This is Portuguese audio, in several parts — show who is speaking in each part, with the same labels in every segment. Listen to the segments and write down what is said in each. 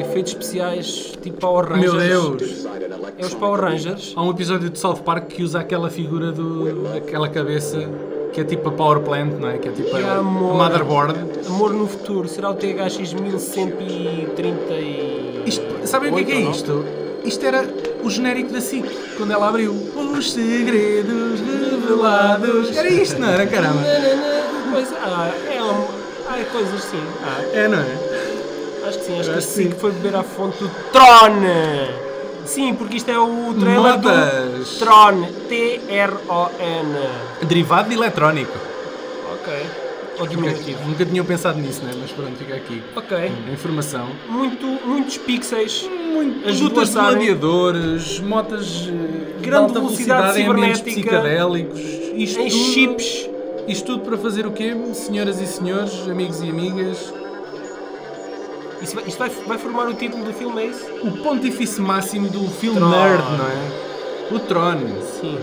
Speaker 1: efeitos especiais tipo Power Rangers.
Speaker 2: Meu Deus!
Speaker 1: É os Power Rangers.
Speaker 2: Há um episódio de South Park que usa aquela figura do. aquela cabeça que é tipo a Power Plant, não é? Que é tipo
Speaker 1: Que
Speaker 2: a, a
Speaker 1: amor.
Speaker 2: motherboard.
Speaker 1: Amor no futuro, será o THX 1130 e...
Speaker 2: Isto, sabem o que é, que é
Speaker 1: Oito, não?
Speaker 2: isto? Isto era o genérico da SIC, quando ela abriu. Os segredos revelados. Era isto, não era? Caramba.
Speaker 1: Nananã, Pois há, é um- há coisas sim. há.
Speaker 2: É, não é?
Speaker 1: acho que sim, acho
Speaker 2: Eu
Speaker 1: que
Speaker 2: acho que
Speaker 1: sim
Speaker 2: sim.
Speaker 1: que foi beber à fonte do Tron. Sim, porque isto é o trailer
Speaker 2: Modas.
Speaker 1: do Tron. T-R-O-N.
Speaker 2: Derivado de eletrónico.
Speaker 1: Ok. Ou diminutivo.
Speaker 2: Nunca, nunca tinham pensado nisso, né? Mas pronto, fica aqui.
Speaker 1: Ok.
Speaker 2: A informação.
Speaker 1: Muito, muitos pixels. As
Speaker 2: Lutas
Speaker 1: duas
Speaker 2: de
Speaker 1: sabem.
Speaker 2: gladiadores, motas eh, de
Speaker 1: Grande
Speaker 2: alta
Speaker 1: velocidade
Speaker 2: velocidade em ambientes
Speaker 1: cibernética.
Speaker 2: psicadélicos. Isto
Speaker 1: Em
Speaker 2: tudo-
Speaker 1: chips.
Speaker 2: Isto tudo para fazer o quê, senhoras e senhores, amigos e amigas?
Speaker 1: Isso vai, isto vai, vai formar o título do filme, é isso?
Speaker 2: O pontífice máximo do filme
Speaker 1: Tron.
Speaker 2: nerd, não é? O Tron.
Speaker 1: Sim.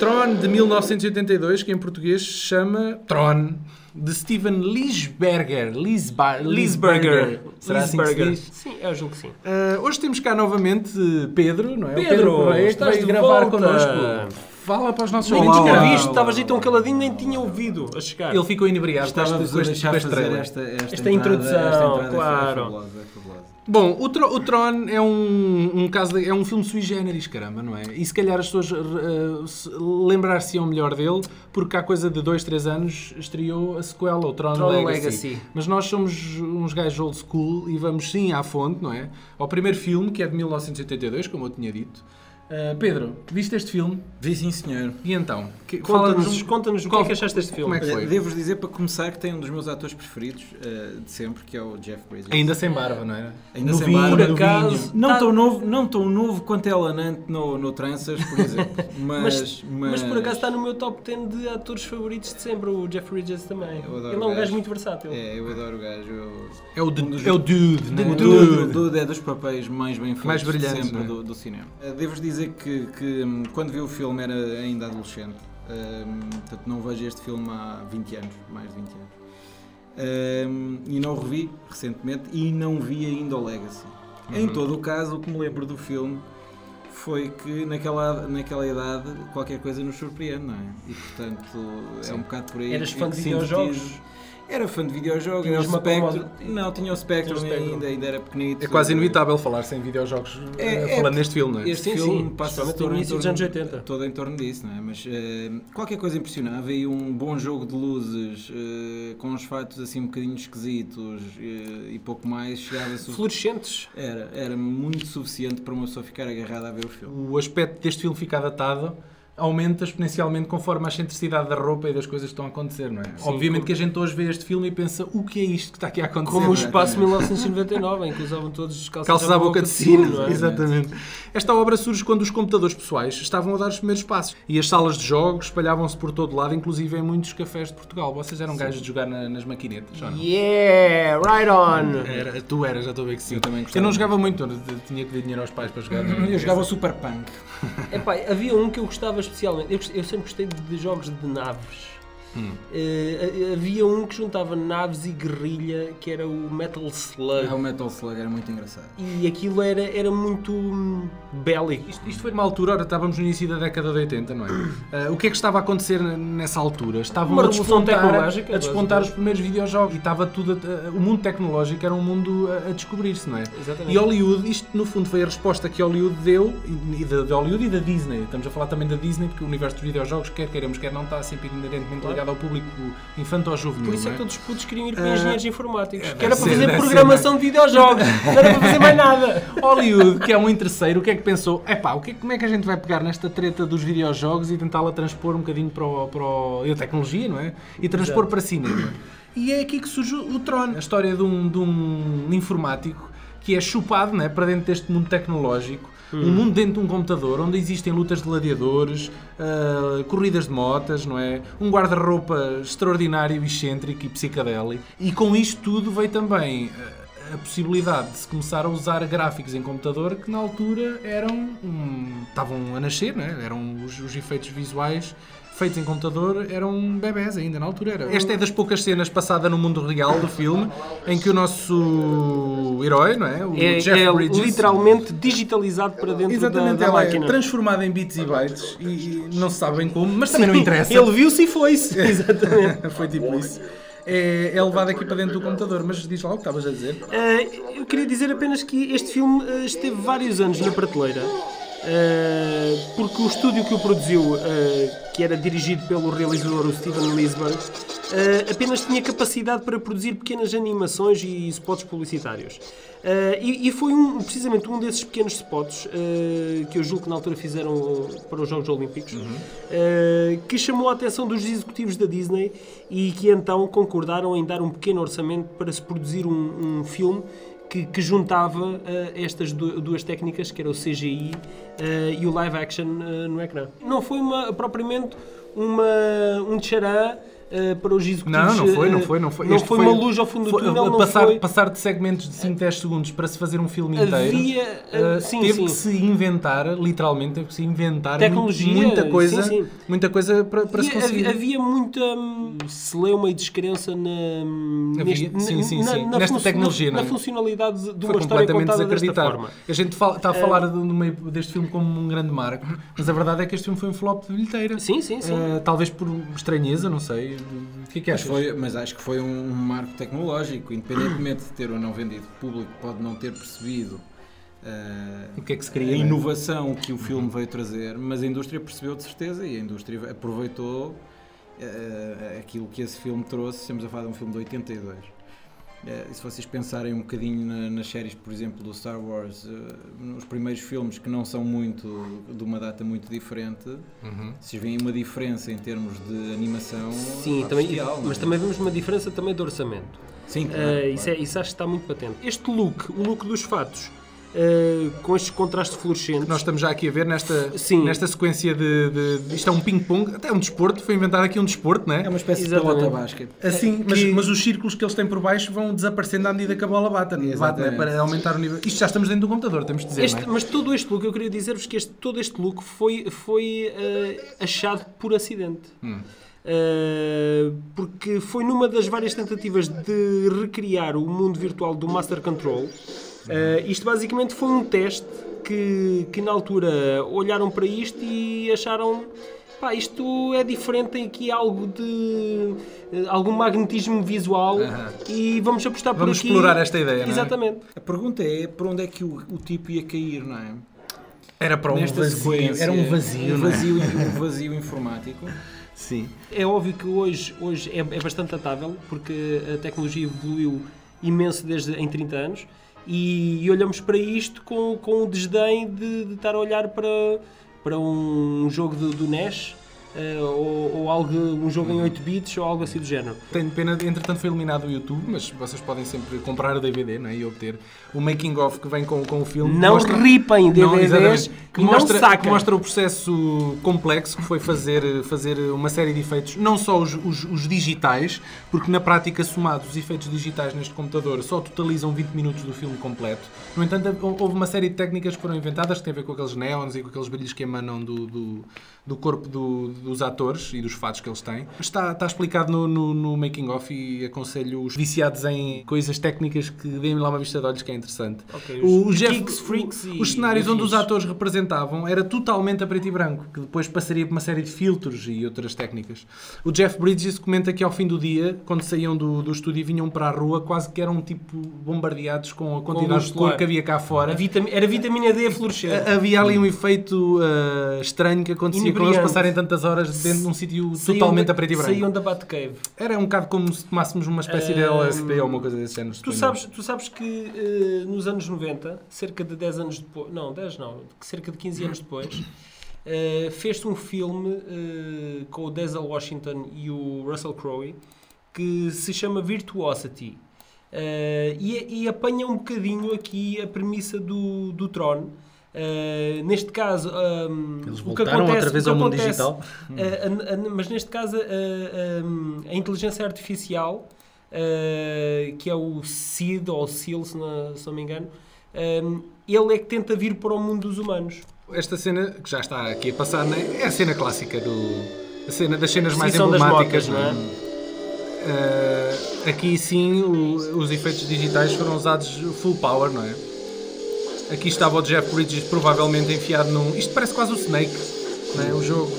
Speaker 2: Tron de 1982, que em português se chama Tron, de Steven Lisberger. Lisba
Speaker 1: Lisburger.
Speaker 2: Será assim que se
Speaker 1: Lisburger.
Speaker 2: diz?
Speaker 1: Sim, eu julgo que sim.
Speaker 2: Ah, hoje temos cá novamente Pedro, não é? O
Speaker 1: Pedro,
Speaker 2: Correia, que
Speaker 1: estás
Speaker 2: veio
Speaker 1: de
Speaker 2: gravar
Speaker 1: volta.
Speaker 2: connosco. Fala para os nossos
Speaker 1: Nem
Speaker 2: ouvintes.
Speaker 1: tinha
Speaker 2: Pedro.
Speaker 1: visto, estavas aí tão caladinho, nem tinha ouvido a chegar.
Speaker 2: Ele ficou inebriado.
Speaker 3: Estava-vos
Speaker 2: com
Speaker 3: a
Speaker 2: este-
Speaker 3: deixar
Speaker 2: com
Speaker 3: fazer
Speaker 2: este
Speaker 3: esta,
Speaker 2: trailer.
Speaker 3: esta
Speaker 1: Esta
Speaker 3: é entrada,
Speaker 1: introdução,
Speaker 3: esta entrada foi
Speaker 1: claro.
Speaker 3: fabulosa, é fabulosa.
Speaker 2: Bom, o, Tro- o Tron é um, um caso de- é um filme sui generis, caramba, não é? E se calhar as pessoas eh, se- lembrar-se-ão melhor dele, porque há coisa de 2, 3 anos estreou a sequela, o Tron,
Speaker 1: Tron
Speaker 2: Legacy.
Speaker 1: Legacy.
Speaker 2: Mas nós somos uns gajos old school e vamos sim à fonte, não é? Ao primeiro filme, que é de 1982, como eu tinha dito. Eh, Pedro, viste este filme?
Speaker 3: Vi sim, senhor.
Speaker 2: E então? Que-
Speaker 1: Conta-nos
Speaker 2: fala-nos-
Speaker 1: conta o que é
Speaker 2: qual-
Speaker 1: que achaste deste filme.
Speaker 2: como é que foi?
Speaker 3: Olha, Devo-vos dizer, para começar, que tem um dos meus atores preferidos eh, de sempre, que é o Jeff Bridges.
Speaker 2: Ainda sem barba, não é? era?
Speaker 3: Ainda sem
Speaker 2: Novinho,
Speaker 3: barba.
Speaker 2: novinho.
Speaker 1: Por acaso,
Speaker 3: Não
Speaker 1: Tá-
Speaker 3: tão novo, não tão novo quanto Ellen Hunt no, no Tranças, por exemplo. Mas,
Speaker 1: Mas, mas por acaso tá- está no meu top 10 de atores favoritos de sempre, o Jeff Bridges também.
Speaker 3: Eu adoro
Speaker 1: Ele é um
Speaker 3: o
Speaker 1: gajo
Speaker 3: gajo.
Speaker 1: muito versátil.
Speaker 3: É, eu adoro o gajo. Eu...
Speaker 2: É o, de-
Speaker 3: Um dos-
Speaker 2: é o dude, não é?
Speaker 3: O Dude, o Dude é dos papéis mais bem feitos
Speaker 2: Mais brilhantes,
Speaker 3: de sempre
Speaker 2: não é?
Speaker 3: do, do cinema. Eh, Devo-vos dizer que, que, hum, quando vi o filme era ainda adolescente, Hum, portanto não vejo este filme há 20 anos, mais de 20 anos. Hum, e não o revi recentemente e não vi ainda o Legacy. Em
Speaker 2: Uhum.
Speaker 3: todo o caso, o que me lembro do filme foi que naquela, naquela idade qualquer coisa nos surpreende, não é? E portanto é um bocado por aí.
Speaker 1: Eras
Speaker 3: que-
Speaker 1: fã de
Speaker 3: que
Speaker 1: videojogos?
Speaker 3: senti- Era fã de videojogos,
Speaker 1: Tinhas
Speaker 3: era
Speaker 1: uma
Speaker 3: o Spectrum.
Speaker 1: comoda-
Speaker 3: Não, tinha o Spectrum,
Speaker 1: Tinha o Spectrum.
Speaker 3: ainda, ainda era pequenito.
Speaker 2: É quase inevitável falar sem videojogos
Speaker 3: É,
Speaker 2: eh,
Speaker 3: é,
Speaker 2: falando neste filme, não é?
Speaker 3: Este
Speaker 1: Sim,
Speaker 3: filme
Speaker 1: sim,
Speaker 3: passa
Speaker 1: especialmente
Speaker 3: todo
Speaker 1: no
Speaker 3: em
Speaker 1: início dos
Speaker 3: torno-
Speaker 1: anos 80.
Speaker 3: Todo em torno disso, não é? Mas eh, qualquer coisa impressionava e um bom jogo de luzes eh, com os fatos assim um bocadinho esquisitos eh, e pouco mais chegava-se. o-
Speaker 1: Fluorescentes.
Speaker 3: Era, era muito suficiente para uma pessoa ficar agarrada a ver o filme.
Speaker 2: O aspecto deste filme fica datado aumenta exponencialmente conforme a excentricidade da roupa e das coisas que estão a acontecer, não é? Obviamente
Speaker 1: como-
Speaker 2: que a gente hoje vê este filme e pensa o que é isto que está aqui a acontecer?
Speaker 1: Como
Speaker 2: não
Speaker 1: o
Speaker 2: é?
Speaker 1: espaço 1999, em que usavam todos os calças,
Speaker 2: Calças à boca de sino,
Speaker 1: não é?
Speaker 2: exatamente. Esta obra surge quando os computadores pessoais estavam a dar os primeiros passos e as salas de jogos espalhavam-se por todo lado, inclusive em muitos cafés de Portugal. Vocês eram gajos de jogar na- nas maquinetas, ou não?
Speaker 1: Yeah, right on!
Speaker 2: Era- tu eras, já estou a ver que sim.
Speaker 3: Eu também gostava
Speaker 2: Eu Hum, não
Speaker 3: muito.
Speaker 2: jogava muito, eu tinha que dar dinheiro aos pais para jogar. é?
Speaker 3: Eu jogava o Super Punk.
Speaker 1: Epá, havia um que eu gostava especialmente. Eu, gost- eu sempre gostei de jogos de naves. Eh, ha- havia um que juntava naves e guerrilha, que era o Metal Slug.
Speaker 3: O Metal Slug era muito engraçado.
Speaker 1: E aquilo era, era muito hum, bélico.
Speaker 2: Isto, isto foi numa altura, ora, estávamos no início da década de 80, não é? Ah, o que é que estava a acontecer n- nessa altura?
Speaker 1: Uhum.
Speaker 2: Estavam
Speaker 1: Uma
Speaker 2: a
Speaker 1: revolução
Speaker 2: despontar,
Speaker 1: tecnológica,
Speaker 2: a despontar os primeiros videojogos e estava tudo. a- a- o mundo tecnológico era um mundo a, a descobrir-se, não é?
Speaker 1: Exatamente.
Speaker 2: E Hollywood, isto no fundo foi a resposta que Hollywood deu, e, e da, de Hollywood e da Disney. Estamos a falar também da Disney, porque o universo dos videojogos, quer queiramos, quer não, está sempre inerentemente ligado ao público infantil ou juvenil.
Speaker 1: Por isso é que
Speaker 2: não
Speaker 1: todos os putos queriam ir para engenheiros informáticos. que era para
Speaker 2: deve Eh, é, ser,
Speaker 1: fazer
Speaker 2: deve ser,
Speaker 1: programação de videojogos. Não era para fazer mais nada.
Speaker 2: Hollywood, que é um interesseiro, o que é que pensou? Epá, o que, é- como é que a gente vai pegar nesta treta dos videojogos e tentá-la transpor um bocadinho para, o, para o- e a tecnologia, não é? E transpor para cinema. E é aqui que surge o Tron, a história de um, de um informático que é chupado não é, para dentro deste mundo tecnológico, um mundo dentro de um computador onde existem lutas de gladiadores, ah, corridas de motas, não é? Um guarda-roupa extraordinário, excêntrico e psicadélico. E com isto tudo veio também ah, a possibilidade de se começar a usar gráficos em computador que na um, altura eram hum, estavam a nascer, não é? eram os, os efeitos visuais feitos em computador eram bebés ainda na altura. Era. Esta é das poucas cenas passada no mundo real do filme em que o nosso herói, não é? O
Speaker 1: É,
Speaker 2: Jeff
Speaker 1: é
Speaker 2: Bridges.
Speaker 1: literalmente digitalizado para dentro
Speaker 2: Exatamente,
Speaker 1: da, da
Speaker 2: ela é
Speaker 1: máquina.
Speaker 2: transformada em bits e bytes e, e não se sabe bem como, mas também não interessa.
Speaker 1: Ele viu-se e foi-se. Exatamente.
Speaker 2: Foi tipo isso. É, é levado aqui para dentro do computador, mas diz lá o que estavas a dizer.
Speaker 1: Ah, eu queria dizer apenas que este filme ah, esteve vários anos na prateleira. ah, porque o estúdio que o produziu, ah, que era dirigido pelo realizador o Steven Lisberg, ah, apenas tinha capacidade para produzir pequenas animações e spots publicitários. Ah, e, e foi um- precisamente um desses pequenos spots ah, que eu julgo que na altura fizeram para os Jogos Olímpicos, ah, que chamou a atenção dos executivos da Disney e que então concordaram em dar um pequeno orçamento para se produzir um, um filme que, que juntava ah, estas du- duas técnicas, que era o CGI ah, e o live action ah, no ecrã. Não foi uma, propriamente uma, um tchará ah, para os executivos.
Speaker 2: Não, não foi, não
Speaker 1: ah,
Speaker 2: foi, não foi.
Speaker 1: Não
Speaker 2: Este
Speaker 1: foi uma luz ao fundo do
Speaker 2: foi-
Speaker 1: túnel, não
Speaker 2: passar,
Speaker 1: foi...
Speaker 2: passar de segmentos de 5, 10 segundos para se fazer um filme inteiro.
Speaker 1: Havia, ah,
Speaker 2: eh,
Speaker 1: sim,
Speaker 2: teve
Speaker 1: sim.
Speaker 2: que se inventar, literalmente, teve que se inventar mu-
Speaker 1: Tecnologia,
Speaker 2: muita coisa,
Speaker 1: sim, sim.
Speaker 2: muita coisa para, para
Speaker 1: E
Speaker 2: se
Speaker 1: havia-
Speaker 2: conseguir.
Speaker 1: Havia muita hum, celeuma e descrença na, hum,
Speaker 2: Havia,
Speaker 1: neste-
Speaker 2: sim,
Speaker 1: na-
Speaker 2: sim,
Speaker 1: na-
Speaker 2: sim.
Speaker 1: na
Speaker 2: Nesta
Speaker 1: func-
Speaker 2: tecnologia,
Speaker 1: na,
Speaker 2: não é?
Speaker 1: na funcionalidade de de
Speaker 2: Foi
Speaker 1: uma história
Speaker 2: completamente
Speaker 1: contada desta
Speaker 2: desacreditado.
Speaker 1: forma. Eh,
Speaker 2: A gente fala- está a falar de- do meio deste filme como um grande marco, mas a verdade é que este filme foi um flop de bilheteira.
Speaker 1: Sim, sim, sim.
Speaker 2: Eh, talvez por estranheza, não sei. O que é que
Speaker 3: Mas,
Speaker 2: achas?
Speaker 3: foi, mas acho que foi um, um marco tecnológico, independentemente de ter ou não vendido, o público pode não ter percebido ah,
Speaker 2: O que é que se queria?
Speaker 3: a
Speaker 2: não é?
Speaker 3: inovação que o filme veio trazer, mas a indústria percebeu de certeza e a indústria aproveitou eh, aquilo que esse filme trouxe. Estamos a falar de um filme de 82. Eh, e se vocês pensarem um bocadinho na- nas séries, por exemplo, do Star Wars, eh, os primeiros filmes que não são muito de uma data muito diferente,
Speaker 2: Uhum.
Speaker 3: vocês veem uma diferença em termos de animação.
Speaker 1: Sim,
Speaker 3: pá,
Speaker 1: também,
Speaker 3: bestial, não é?
Speaker 1: mas também vemos uma diferença também de orçamento.
Speaker 3: Sim,
Speaker 1: Ah,
Speaker 3: claro, claro.
Speaker 1: isso, é- isso acho que está muito patente. Este look, o look dos fatos, ah, com estes contrastes fluorescentes,
Speaker 2: Nós estamos já aqui a ver nesta,
Speaker 1: Sim.
Speaker 2: nesta sequência de, de, de- Isto é um ping-pong, até é um desporto, foi inventado aqui um desporto, não
Speaker 3: É
Speaker 2: é?
Speaker 3: uma espécie
Speaker 1: Exatamente.
Speaker 3: de pelota basquete.
Speaker 2: Assim, mas, mas os círculos que eles têm por baixo vão desaparecendo à medida que a bola bate, não é? bate não é?
Speaker 3: Exatamente.
Speaker 2: para aumentar o nível. Isto já estamos dentro do computador, temos de dizer.
Speaker 1: Este-
Speaker 2: não é?
Speaker 1: mas todo este look, eu queria dizer-vos que este- todo este look foi, foi eh, achado por acidente.
Speaker 2: Hum.
Speaker 1: Eh, porque foi numa das várias tentativas de recriar o mundo virtual do Master Control. Eh, isto basicamente foi um teste que, que na altura olharam para isto e acharam pá, isto é diferente, tem aqui algo de eh, algum magnetismo visual e vamos apostar por
Speaker 2: Vamos
Speaker 1: aqui.
Speaker 2: explorar esta ideia, não é?
Speaker 1: Exatamente.
Speaker 3: A pergunta é para onde é que o, o tipo ia cair, não é?
Speaker 2: Era para um vazio. Era um vazio,
Speaker 3: um
Speaker 2: não é?
Speaker 3: vazio, um vazio informático.
Speaker 2: Sim.
Speaker 1: É óbvio que hoje, hoje é, é bastante datável, porque a tecnologia evoluiu imenso desde em 30 anos e, olhamos para isto com, com o desdém de, de estar a olhar para, para um jogo do, do NES eh, ou, ou algo, um jogo em 8 bits ou algo assim do género.
Speaker 2: Tenho pena, entretanto foi eliminado o YouTube, mas vocês podem sempre comprar o DVD não é? e obter o making of que vem com, com o filme. que
Speaker 1: Não ripem
Speaker 2: Não,
Speaker 1: DVDs
Speaker 2: exatamente.
Speaker 1: e não
Speaker 2: mostra,
Speaker 1: saquem.
Speaker 2: que mostra o processo complexo que foi fazer, fazer uma série de efeitos, não só os, os- os digitais, porque na prática, somados os efeitos digitais neste computador, só totalizam 20 minutos do filme completo. No entanto, houve uma série de técnicas que foram inventadas que têm a ver com aqueles neons e com aqueles brilhos que emanam do, do, do corpo do- dos atores e dos fatos que eles têm. Está, está explicado no, no, no making off e aconselho os viciados em coisas técnicas que deem lá uma vista de olhos que é interessante.
Speaker 1: Ok,
Speaker 2: O
Speaker 1: os
Speaker 2: Jeff-
Speaker 1: geeks, freaks e-
Speaker 2: os cenários
Speaker 1: e
Speaker 2: onde os
Speaker 1: afins.
Speaker 2: atores representavam era totalmente a preto e branco, que depois passaria por uma série de filtros e outras técnicas. O Jeff Bridges comenta que ao fim do dia, quando saíam do, do estúdio e vinham para a rua, quase que eram tipo bombardeados com a quantidade
Speaker 1: luz
Speaker 2: de cor
Speaker 1: solar.
Speaker 2: que havia cá fora.
Speaker 1: A vitami- era vitamina D a fluorescer.
Speaker 2: Ha- Havia ali um efeito ah, estranho que acontecia com
Speaker 1: Inebriante.
Speaker 2: eles passarem tantas horas dentro de um sítio totalmente a preto e branco.
Speaker 1: Saíam da Batcave.
Speaker 2: Era um bocado como se tomássemos uma espécie de LSD ou uma coisa desse género.
Speaker 1: Tu
Speaker 2: suponho.
Speaker 1: sabes, tu sabes que eh, nos anos 90, cerca de 10 anos depois, não, 10 não, cerca de 15 anos depois, eh, fez-se um filme eh, com o Denzel Washington e o Russell Crowe que se chama Virtuosity. Eh, e, e apanha um bocadinho aqui a premissa do, do Tron. Eh, neste caso, ehm, ahm,
Speaker 4: Eles
Speaker 1: o que
Speaker 4: voltaram
Speaker 1: acontece,
Speaker 4: outra vez
Speaker 1: o que
Speaker 4: ao mundo
Speaker 1: acontece- eh,
Speaker 4: digital.
Speaker 1: a- a- a- mas neste caso, a, a- a inteligência artificial, eh, que é o CID ou SEAL, se não, se não me engano, ehm, ele é que tenta vir para o mundo dos humanos.
Speaker 2: Esta cena que já está aqui a passar né, é a cena clássica do a cena das cenas mais
Speaker 1: Sim, são das
Speaker 2: emblemáticas,
Speaker 1: motas,
Speaker 2: não é?
Speaker 1: não
Speaker 2: Ah, aqui sim o- os efeitos digitais foram usados full power, não é? Aqui estava o Jeff Bridges provavelmente enfiado num. Isto parece quase o Snake, não é? O jogo.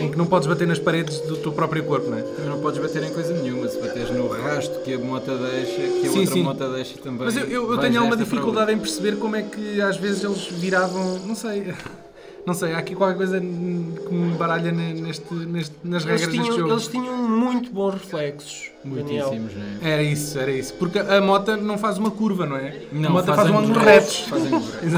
Speaker 2: Em que não podes bater nas paredes do teu próprio corpo, não é?
Speaker 3: Mas não podes bater em coisa nenhuma, se bateres no rasto que a moto deixa, que a
Speaker 2: Sim,
Speaker 3: outra
Speaker 2: sim.
Speaker 3: moto deixa também.
Speaker 2: Mas eu, eu- eu
Speaker 3: vais
Speaker 2: tenho alguma
Speaker 3: desta é para
Speaker 2: dificuldade em perceber como é que às vezes eles viravam. Não sei. Não sei, há aqui qualquer coisa n- que me baralha ne- neste, neste-
Speaker 1: Eles
Speaker 2: nas regras deste
Speaker 1: tinham,
Speaker 2: jogo.
Speaker 1: eles tinham muito bons reflexos.
Speaker 3: outra.
Speaker 1: Daniel.
Speaker 3: Muitíssimos, né?
Speaker 2: Era isso, era isso. Porque a moto não faz uma curva, não é? a moto faz
Speaker 3: fazem
Speaker 2: um ângulo
Speaker 3: buracos,
Speaker 2: reto.
Speaker 3: Fazem buracos.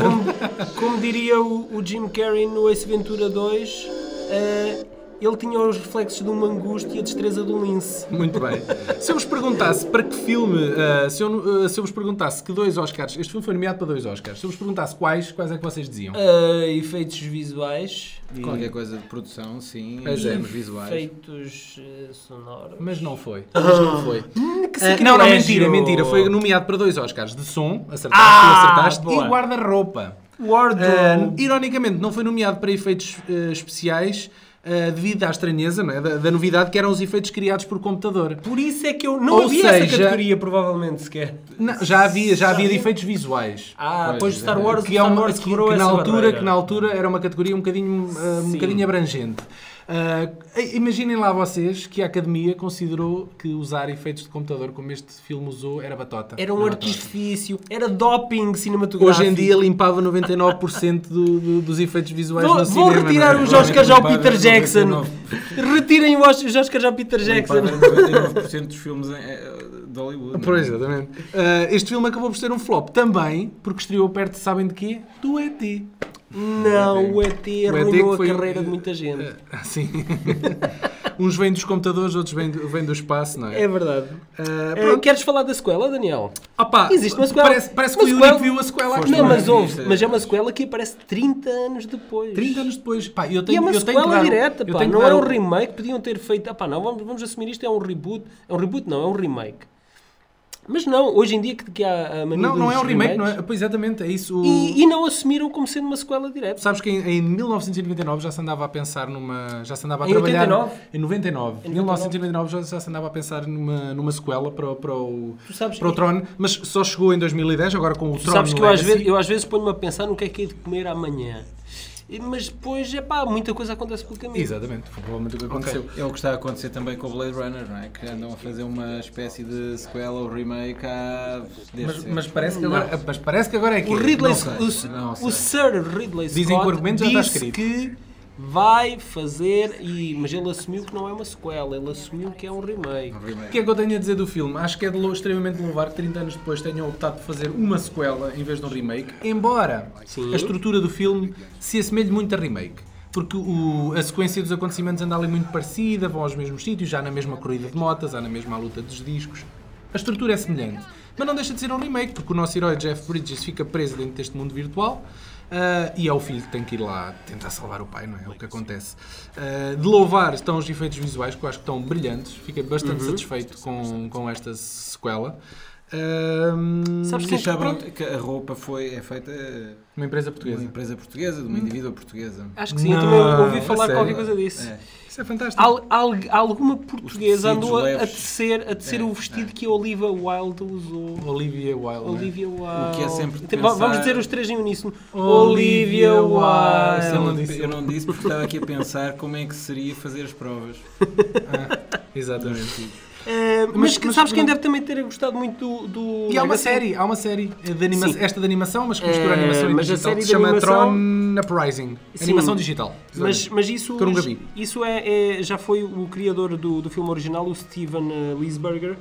Speaker 1: Como, como diria o, o Jim Carrey no Ace Ventura 2, eh, ele tinha os reflexos de uma angústia e a destreza de um lince.
Speaker 2: Muito bem. Se eu vos perguntasse para que filme, ah, se, eu, ah, se eu vos perguntasse que dois Oscars, este filme foi nomeado para dois Oscars, se eu vos perguntasse quais, quais é que vocês diziam?
Speaker 1: Eh, efeitos visuais.
Speaker 3: Qualquer coisa de produção, sim,
Speaker 2: Pois é.
Speaker 3: termos visuais.
Speaker 1: Efeitos eh, sonoros.
Speaker 2: Mas não foi. Mas não foi. Ah,
Speaker 1: sacrilégio!
Speaker 2: não, não, mentira, mentira. Foi nomeado para dois Oscars de som, acertaste,
Speaker 1: Ah,
Speaker 2: tu acertaste,
Speaker 1: boa.
Speaker 2: e guarda-roupa. Ah,
Speaker 1: Wardrobe.
Speaker 2: ironicamente, não foi nomeado para efeitos ah, especiais ah, devido à estranheza não é? da, da novidade que eram os efeitos criados por computador.
Speaker 1: Por isso é que eu não
Speaker 2: Ou
Speaker 1: havia essa
Speaker 2: seja-
Speaker 1: categoria, provavelmente, sequer.
Speaker 2: Não, já havia, já havia de efeitos visuais.
Speaker 1: Ah, depois
Speaker 3: Pois,
Speaker 1: de Star Wars,
Speaker 2: que, é
Speaker 1: Star
Speaker 2: uma-
Speaker 1: Wars
Speaker 2: que-
Speaker 1: quebrou
Speaker 2: que na
Speaker 1: essa
Speaker 2: altura,
Speaker 1: barreira.
Speaker 2: que na altura era uma categoria um bocadinho, ah, um
Speaker 1: Sim.
Speaker 2: bocadinho abrangente. Ah, imaginem lá vocês que a Academia considerou que usar efeitos de computador como este filme usou era batota.
Speaker 1: Era um artifício, era doping cinematográfico.
Speaker 2: Hoje em dia limpava 99% do- do- dos efeitos visuais
Speaker 1: Vou,
Speaker 2: no
Speaker 1: vou
Speaker 2: cinema.
Speaker 1: retirar
Speaker 2: não é?
Speaker 1: os Oscars ao
Speaker 3: Limpava
Speaker 1: Peter Jackson.
Speaker 3: 99.
Speaker 1: Retirem os os Oscars ao Peter
Speaker 2: é
Speaker 1: Jackson.
Speaker 3: Limparam 99% dos filmes em- eh, de Hollywood. não é?
Speaker 2: Pois, exatamente. Ah, este filme acabou por ser um flop também, porque estreou perto, sabem de quê? Do E.T.
Speaker 1: Não, o ET
Speaker 2: que
Speaker 1: arruinou a
Speaker 2: foi um-
Speaker 1: carreira de muita gente.
Speaker 2: Ah, sim. Uns vêm dos computadores, outros vêm do, vêm do espaço, não é?
Speaker 1: É verdade.
Speaker 2: Ah,
Speaker 1: Eh,
Speaker 2: pronto.
Speaker 1: queres falar da sequela, Daniel?
Speaker 2: Opa,
Speaker 1: Existe uma sequela.
Speaker 2: Parece, parece que
Speaker 1: Uma
Speaker 2: foi o
Speaker 1: sequela.
Speaker 2: único que viu a sequela aqui.
Speaker 1: Não, mas
Speaker 3: é
Speaker 1: houve.
Speaker 3: isso, é.
Speaker 1: Mas é uma sequela que aparece 30 anos depois.
Speaker 2: 30 anos depois, pá, eu tenho
Speaker 1: E é uma
Speaker 2: eu tenho que
Speaker 1: sequela
Speaker 2: dar um-
Speaker 1: direta,
Speaker 2: eu
Speaker 1: pá.
Speaker 2: tenho que
Speaker 1: Não
Speaker 2: dar
Speaker 1: era um
Speaker 2: um-
Speaker 1: remake, podiam ter feito. Ah, pá, não, vamos, vamos assumir isto, é um reboot. É um reboot, não, é um remake. Mas não, hoje em dia que, que há a mania
Speaker 2: Não, não
Speaker 1: dos
Speaker 2: é um remake, não
Speaker 1: remakes.
Speaker 2: é? Pois exatamente, é isso. o-
Speaker 1: E, e não assumiram como sendo uma sequela direta.
Speaker 2: Sabes que em, em 1999 já se andava a pensar numa. Já se andava a
Speaker 1: Em
Speaker 2: trabalhar.
Speaker 1: 89?
Speaker 2: Em 99.
Speaker 1: Em
Speaker 2: Em 1999 já, já se andava a pensar numa, numa sequela para, o- para o.
Speaker 1: Tu sabes
Speaker 2: para o
Speaker 1: que-
Speaker 2: Tron, mas só chegou em 2010, agora com o
Speaker 1: Tu
Speaker 2: Tron.
Speaker 1: sabes que eu às,
Speaker 2: Legacy.
Speaker 1: vezes, eu às vezes ponho-me a pensar no que é que hei de comer amanhã. E- Mas depois, é pá, muita coisa acontece pelo caminho.
Speaker 2: Exatamente, foi provavelmente o que aconteceu.
Speaker 3: É o que está a acontecer também com o Blade Runner, não é? Que andam a fazer uma espécie de sequela ou remake há. desde
Speaker 2: Mas,
Speaker 3: sempre.
Speaker 2: mas parece que agora, mas parece que agora é que.
Speaker 1: O Ridley,
Speaker 3: Não sei,
Speaker 1: o, s-
Speaker 3: não
Speaker 1: o
Speaker 3: sei.
Speaker 1: Sir Ridley Scott
Speaker 2: Dizem que o argumento já está
Speaker 1: disse
Speaker 2: escrito.
Speaker 1: que vai fazer, e, mas ele assumiu que não é uma sequela, ele assumiu que é um remake.
Speaker 3: Um
Speaker 2: O
Speaker 3: remake.
Speaker 2: que é que eu tenho a dizer do filme? Acho que é de lo- extremamente louvar que 30 anos depois tenham optado por fazer uma sequela em vez de um remake, embora
Speaker 1: Sim.
Speaker 2: a estrutura do filme se assemelhe muito a remake. Porque o- a sequência dos acontecimentos anda ali muito parecida, vão aos mesmos sítios, já na mesma corrida de motas, há na mesma luta dos discos. A estrutura é semelhante. Mas não deixa de ser um remake, porque o nosso herói Jeff Bridges fica preso dentro deste mundo virtual ah, e é o filho que tem que ir lá tentar salvar o pai, não é? É o que acontece. Ah, de louvar estão os efeitos visuais, que eu acho que estão brilhantes. Fiquei bastante
Speaker 1: Uhum.
Speaker 2: satisfeito com, com esta sequela. Ah,
Speaker 1: Sabes
Speaker 3: Vocês
Speaker 1: que
Speaker 3: sabem que a roupa foi, é feita eh,
Speaker 2: Uma empresa
Speaker 3: de uma
Speaker 2: portuguesa.
Speaker 3: empresa portuguesa, de uma indivídua portuguesa.
Speaker 1: Acho que sim, eu
Speaker 2: Não,
Speaker 1: também ouvi
Speaker 2: a
Speaker 1: falar
Speaker 2: sério?
Speaker 1: qualquer coisa disso.
Speaker 3: É.
Speaker 2: Isso é fantástico.
Speaker 1: Al- al- alguma portuguesa
Speaker 3: Os tecidos
Speaker 1: andou a, a
Speaker 3: leves.
Speaker 1: tecer, a tecer
Speaker 3: É,
Speaker 1: o vestido que a Oliva Wilde usou.
Speaker 2: Olivia Wilde.
Speaker 1: Olivia Wilde.
Speaker 3: que é sempre de
Speaker 1: Então, va-
Speaker 3: pensar-
Speaker 1: Vamos dizer os três em uníssono. Olivia
Speaker 2: Olivia Wilde.
Speaker 3: Eu
Speaker 1: Wilde.
Speaker 3: não,
Speaker 2: disse.
Speaker 3: eu não disse porque estava aqui a pensar como é que seria fazer as provas.
Speaker 2: Exatamente.
Speaker 1: Eh, mas,
Speaker 2: Mas-
Speaker 1: que-
Speaker 2: mas-
Speaker 1: sabes quem deve também ter gostado muito do. do
Speaker 2: E há uma
Speaker 1: Legacy?
Speaker 2: série, há uma série de anima
Speaker 1: Sim.
Speaker 2: esta de animação, mas que mistura
Speaker 1: Eh,
Speaker 2: animação e
Speaker 1: mas a
Speaker 2: digital,
Speaker 1: série
Speaker 2: que se
Speaker 1: de
Speaker 2: chama
Speaker 1: animação-
Speaker 2: Tron Uprising,
Speaker 1: Sim.
Speaker 2: animação digital.
Speaker 1: Mas, mas isso,
Speaker 2: Que eu nunca vi.
Speaker 1: isso é, é- já foi o criador do, do filme original, o Steven eh, Lisberger.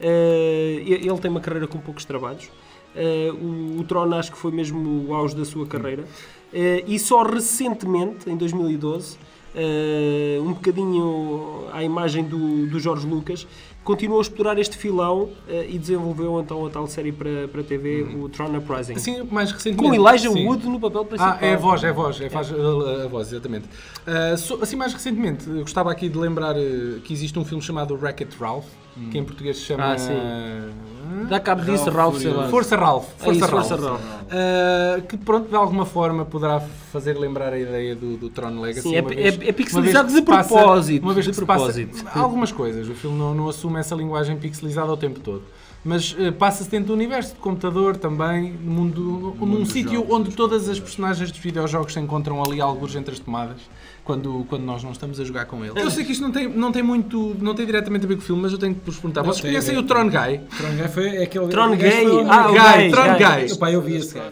Speaker 1: Eh, e- ele tem uma carreira com poucos trabalhos. Eh, o, o Tron acho que foi mesmo o auge da sua carreira. Eh, e só recentemente, em 2012, eh, um bocadinho à imagem do, do Jorge Lucas, continuou a explorar este filão eh, e desenvolveu então a tal série para, para TV, o Tron Uprising.
Speaker 2: assim, mais recentemente.
Speaker 1: com Elijah
Speaker 2: sim.
Speaker 1: Wood assim, no papel principal.
Speaker 2: Ah, é a voz, é a voz, é faz, a, a voz, exatamente. Ah, so- assim, mais recentemente, eu gostava aqui de lembrar eh, que existe um filme chamado Wreck-It Ralph, que em português se chama.
Speaker 1: Hum. Ah, sim.
Speaker 2: Hum?
Speaker 4: Dá cabo disso, Ralph, sei lá.
Speaker 2: Força Ralph.
Speaker 1: É isso,
Speaker 2: Força Ralph.
Speaker 1: Força Ralph.
Speaker 2: Ah, que pronto, de alguma forma poderá fazer lembrar a ideia do, do Tron Legacy.
Speaker 1: Sim, é-
Speaker 2: uma vez-
Speaker 1: é- é
Speaker 2: uma vez
Speaker 1: pixelizado
Speaker 2: que
Speaker 1: de
Speaker 2: se passa-
Speaker 1: propósito,
Speaker 2: Uma vez
Speaker 1: de
Speaker 2: que se passa-
Speaker 1: propósito.
Speaker 2: algumas coisas. O filme não, não assume essa linguagem pixelizada o tempo todo. Mas eh, passa-se dentro do universo de computador também, no mundo, num
Speaker 3: dos
Speaker 2: sítio
Speaker 3: jogos,
Speaker 2: onde
Speaker 3: dos
Speaker 2: todas as personagens dos videojogos se encontram ali alguns entre as tomadas, quando, quando nós não estamos a jogar com eles. Eu sei que isto não tem, não tem muito, não tem diretamente a ver com o filme, mas eu tenho que vos perguntar.
Speaker 3: Não
Speaker 2: Vocês
Speaker 3: tem a
Speaker 2: conhecem
Speaker 3: ver.
Speaker 2: o Tron Guy?
Speaker 3: Tron Guy foi aquele.
Speaker 1: Tron
Speaker 3: esse foi um
Speaker 1: Gay.
Speaker 3: o-
Speaker 1: Ah, o Gay,
Speaker 2: Tron
Speaker 1: Gay.
Speaker 2: Guy.
Speaker 3: Epá, eu vi esse gajo.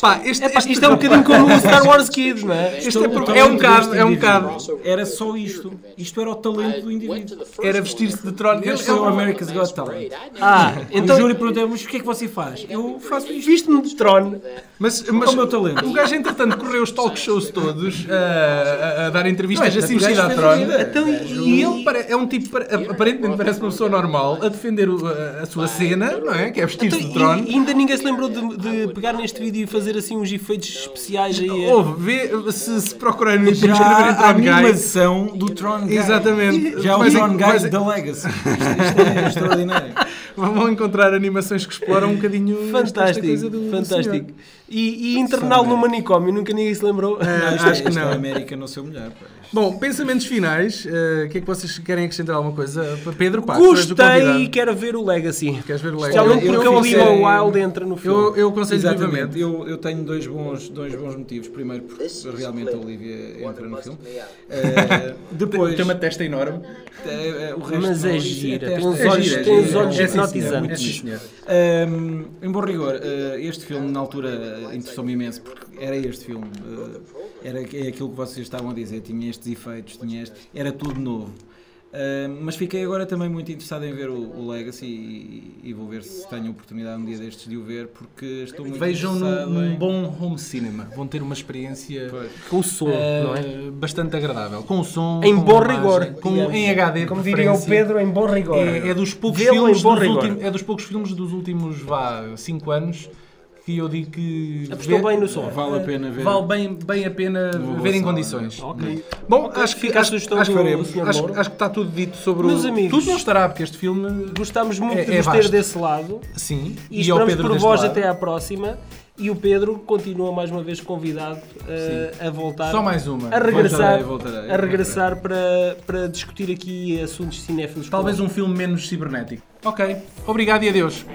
Speaker 2: Pá, este,
Speaker 1: Epá,
Speaker 2: este-
Speaker 1: isto é um bocadinho como o Star Wars Kids, não é?
Speaker 2: Este é,
Speaker 3: O
Speaker 2: pro-
Speaker 3: talento
Speaker 2: é um bocado,
Speaker 3: deste
Speaker 2: é um
Speaker 3: indivíduo.
Speaker 2: bocado.
Speaker 3: Era só isto. Isto era o talento do indivíduo.
Speaker 2: Era vestir-se de Tron.
Speaker 3: Este é o America's Got Talent.
Speaker 1: Ah,
Speaker 3: Então,
Speaker 1: então
Speaker 3: o júri perguntou-me o que é que você faz? Eu faço isto.
Speaker 1: viste-me de Tron.
Speaker 2: Mas, mas
Speaker 3: o meu talento.
Speaker 2: o gajo, entretanto, correu os talk shows todos eh, a, a- a dar entrevistas
Speaker 3: Não, este
Speaker 2: assim vestido à
Speaker 3: gajo fez
Speaker 2: Tron.
Speaker 3: a vida.
Speaker 2: Então, e e ele pare- é um tipo, pare- aparentemente parece uma pessoa normal, a defender o- a, a sua cena, não é? Que é vestir-se
Speaker 1: Então,
Speaker 2: de
Speaker 1: e,
Speaker 2: Tron.
Speaker 1: e ainda ninguém se lembrou de, de pegar neste vídeo e fazer assim uns efeitos especiais aí. é?
Speaker 2: Houve, vê se, se procurarem no YouTube
Speaker 3: Já
Speaker 2: escreverem
Speaker 3: há a
Speaker 2: Tron Guy.
Speaker 3: animação do Tron Guy.
Speaker 2: Exatamente.
Speaker 3: Já é o
Speaker 2: Mas-
Speaker 3: Tron
Speaker 2: mas-
Speaker 3: Guy da Legacy. Isto, isto é extraordinário.
Speaker 2: Vão encontrar animações que exploram um bocadinho esta- esta
Speaker 1: Fantástico,
Speaker 2: coisa do- do senhor.
Speaker 1: fantástico. E, e interná-lo no manicômio, nunca ninguém se lembrou.
Speaker 3: Não, isto,
Speaker 2: acho
Speaker 3: é-
Speaker 2: que
Speaker 3: isto
Speaker 2: não.
Speaker 3: é a América no seu melhor. pá. Isto-
Speaker 2: Bom, pensamentos finais. eh, O que é que vocês querem acrescentar alguma coisa? Pedro, pá, tu és o convidado.
Speaker 1: Gostei e quero ver o Legacy.
Speaker 2: Queres ver o Lego?
Speaker 1: Especialmente
Speaker 3: Eu- eu
Speaker 1: porque o
Speaker 3: fiquei-
Speaker 1: Olivia Wilde entra no filme.
Speaker 2: Eu, eu aconselho
Speaker 3: Exatamente.
Speaker 2: vivamente.
Speaker 3: Eu, eu tenho dois bons, dois bons motivos. Primeiro, porque realmente a Olivia entra no filme. Eh, depois,
Speaker 2: Tem uma testa enorme.
Speaker 3: eh, eh, o resto
Speaker 1: Mas
Speaker 3: não,
Speaker 1: é
Speaker 3: isso
Speaker 1: gira,
Speaker 3: até
Speaker 1: tem uns
Speaker 3: esta-
Speaker 1: olhos,
Speaker 3: é
Speaker 1: tem
Speaker 3: gira,
Speaker 1: uns
Speaker 3: é
Speaker 1: olhos
Speaker 3: gira.
Speaker 1: hipnotizantes.
Speaker 2: Sim, senhor.
Speaker 3: Um, em bom rigor, uh, este filme na altura uh, interessou-me imenso porque era este filme, uh, era é aquilo que vocês estavam a dizer, tinha estes efeitos, tinha este, era tudo novo. Uh, mas fiquei agora também muito interessado em ver o, o Legacy e, e vou ver se tenho a oportunidade um dia destes de o ver porque estou muito
Speaker 2: Vejam num,
Speaker 3: interessado
Speaker 2: num
Speaker 3: em-
Speaker 2: bom home cinema. Vão ter uma experiência
Speaker 1: Com o som,
Speaker 2: eh,
Speaker 1: não é?
Speaker 2: bastante agradável. Com o som.
Speaker 1: Em
Speaker 2: com
Speaker 1: bom
Speaker 2: a imagem,
Speaker 1: rigor.
Speaker 2: Com, em HD. de
Speaker 1: eh, Como diria o
Speaker 2: preferência.
Speaker 1: Pedro, em bom rigor.
Speaker 2: É, é dos poucos
Speaker 1: Vê-lo
Speaker 2: filmes
Speaker 1: em bom
Speaker 2: dos
Speaker 1: rigor.
Speaker 2: últimos, é dos poucos filmes dos últimos vá 5 anos que eu digo que
Speaker 1: Apostou
Speaker 2: vê-
Speaker 1: bem no som.
Speaker 3: Vale a pena ver.
Speaker 2: vale bem, bem a pena
Speaker 3: Uma boa
Speaker 2: ver em
Speaker 3: sala.
Speaker 2: condições.
Speaker 1: Ok.
Speaker 2: Bom, acho que
Speaker 1: fica a
Speaker 2: acho,
Speaker 1: sugestão
Speaker 2: acho, que
Speaker 1: do
Speaker 2: faremos.
Speaker 1: Sr.
Speaker 2: acho,
Speaker 1: Moura.
Speaker 2: acho que está tudo dito sobre
Speaker 1: Meus
Speaker 2: o
Speaker 1: amigos.
Speaker 2: tudo não estará porque este filme
Speaker 1: Gostámos muito
Speaker 2: É-
Speaker 1: de
Speaker 2: é
Speaker 1: vos ter
Speaker 2: vasto.
Speaker 1: desse lado.
Speaker 2: sim
Speaker 1: E,
Speaker 2: ao
Speaker 1: esperamos por
Speaker 2: deste
Speaker 1: vós
Speaker 2: lado.
Speaker 1: até à próxima. E o Pedro continua mais uma vez convidado uh, a voltar.
Speaker 2: Só mais uma.
Speaker 1: A regressar,
Speaker 3: Voltarei, voltarei,
Speaker 1: a regressar para, para discutir aqui assuntos cinéfilos.
Speaker 2: Talvez
Speaker 1: convosco.
Speaker 2: um filme menos cibernético. Ok. Obrigado e adeus.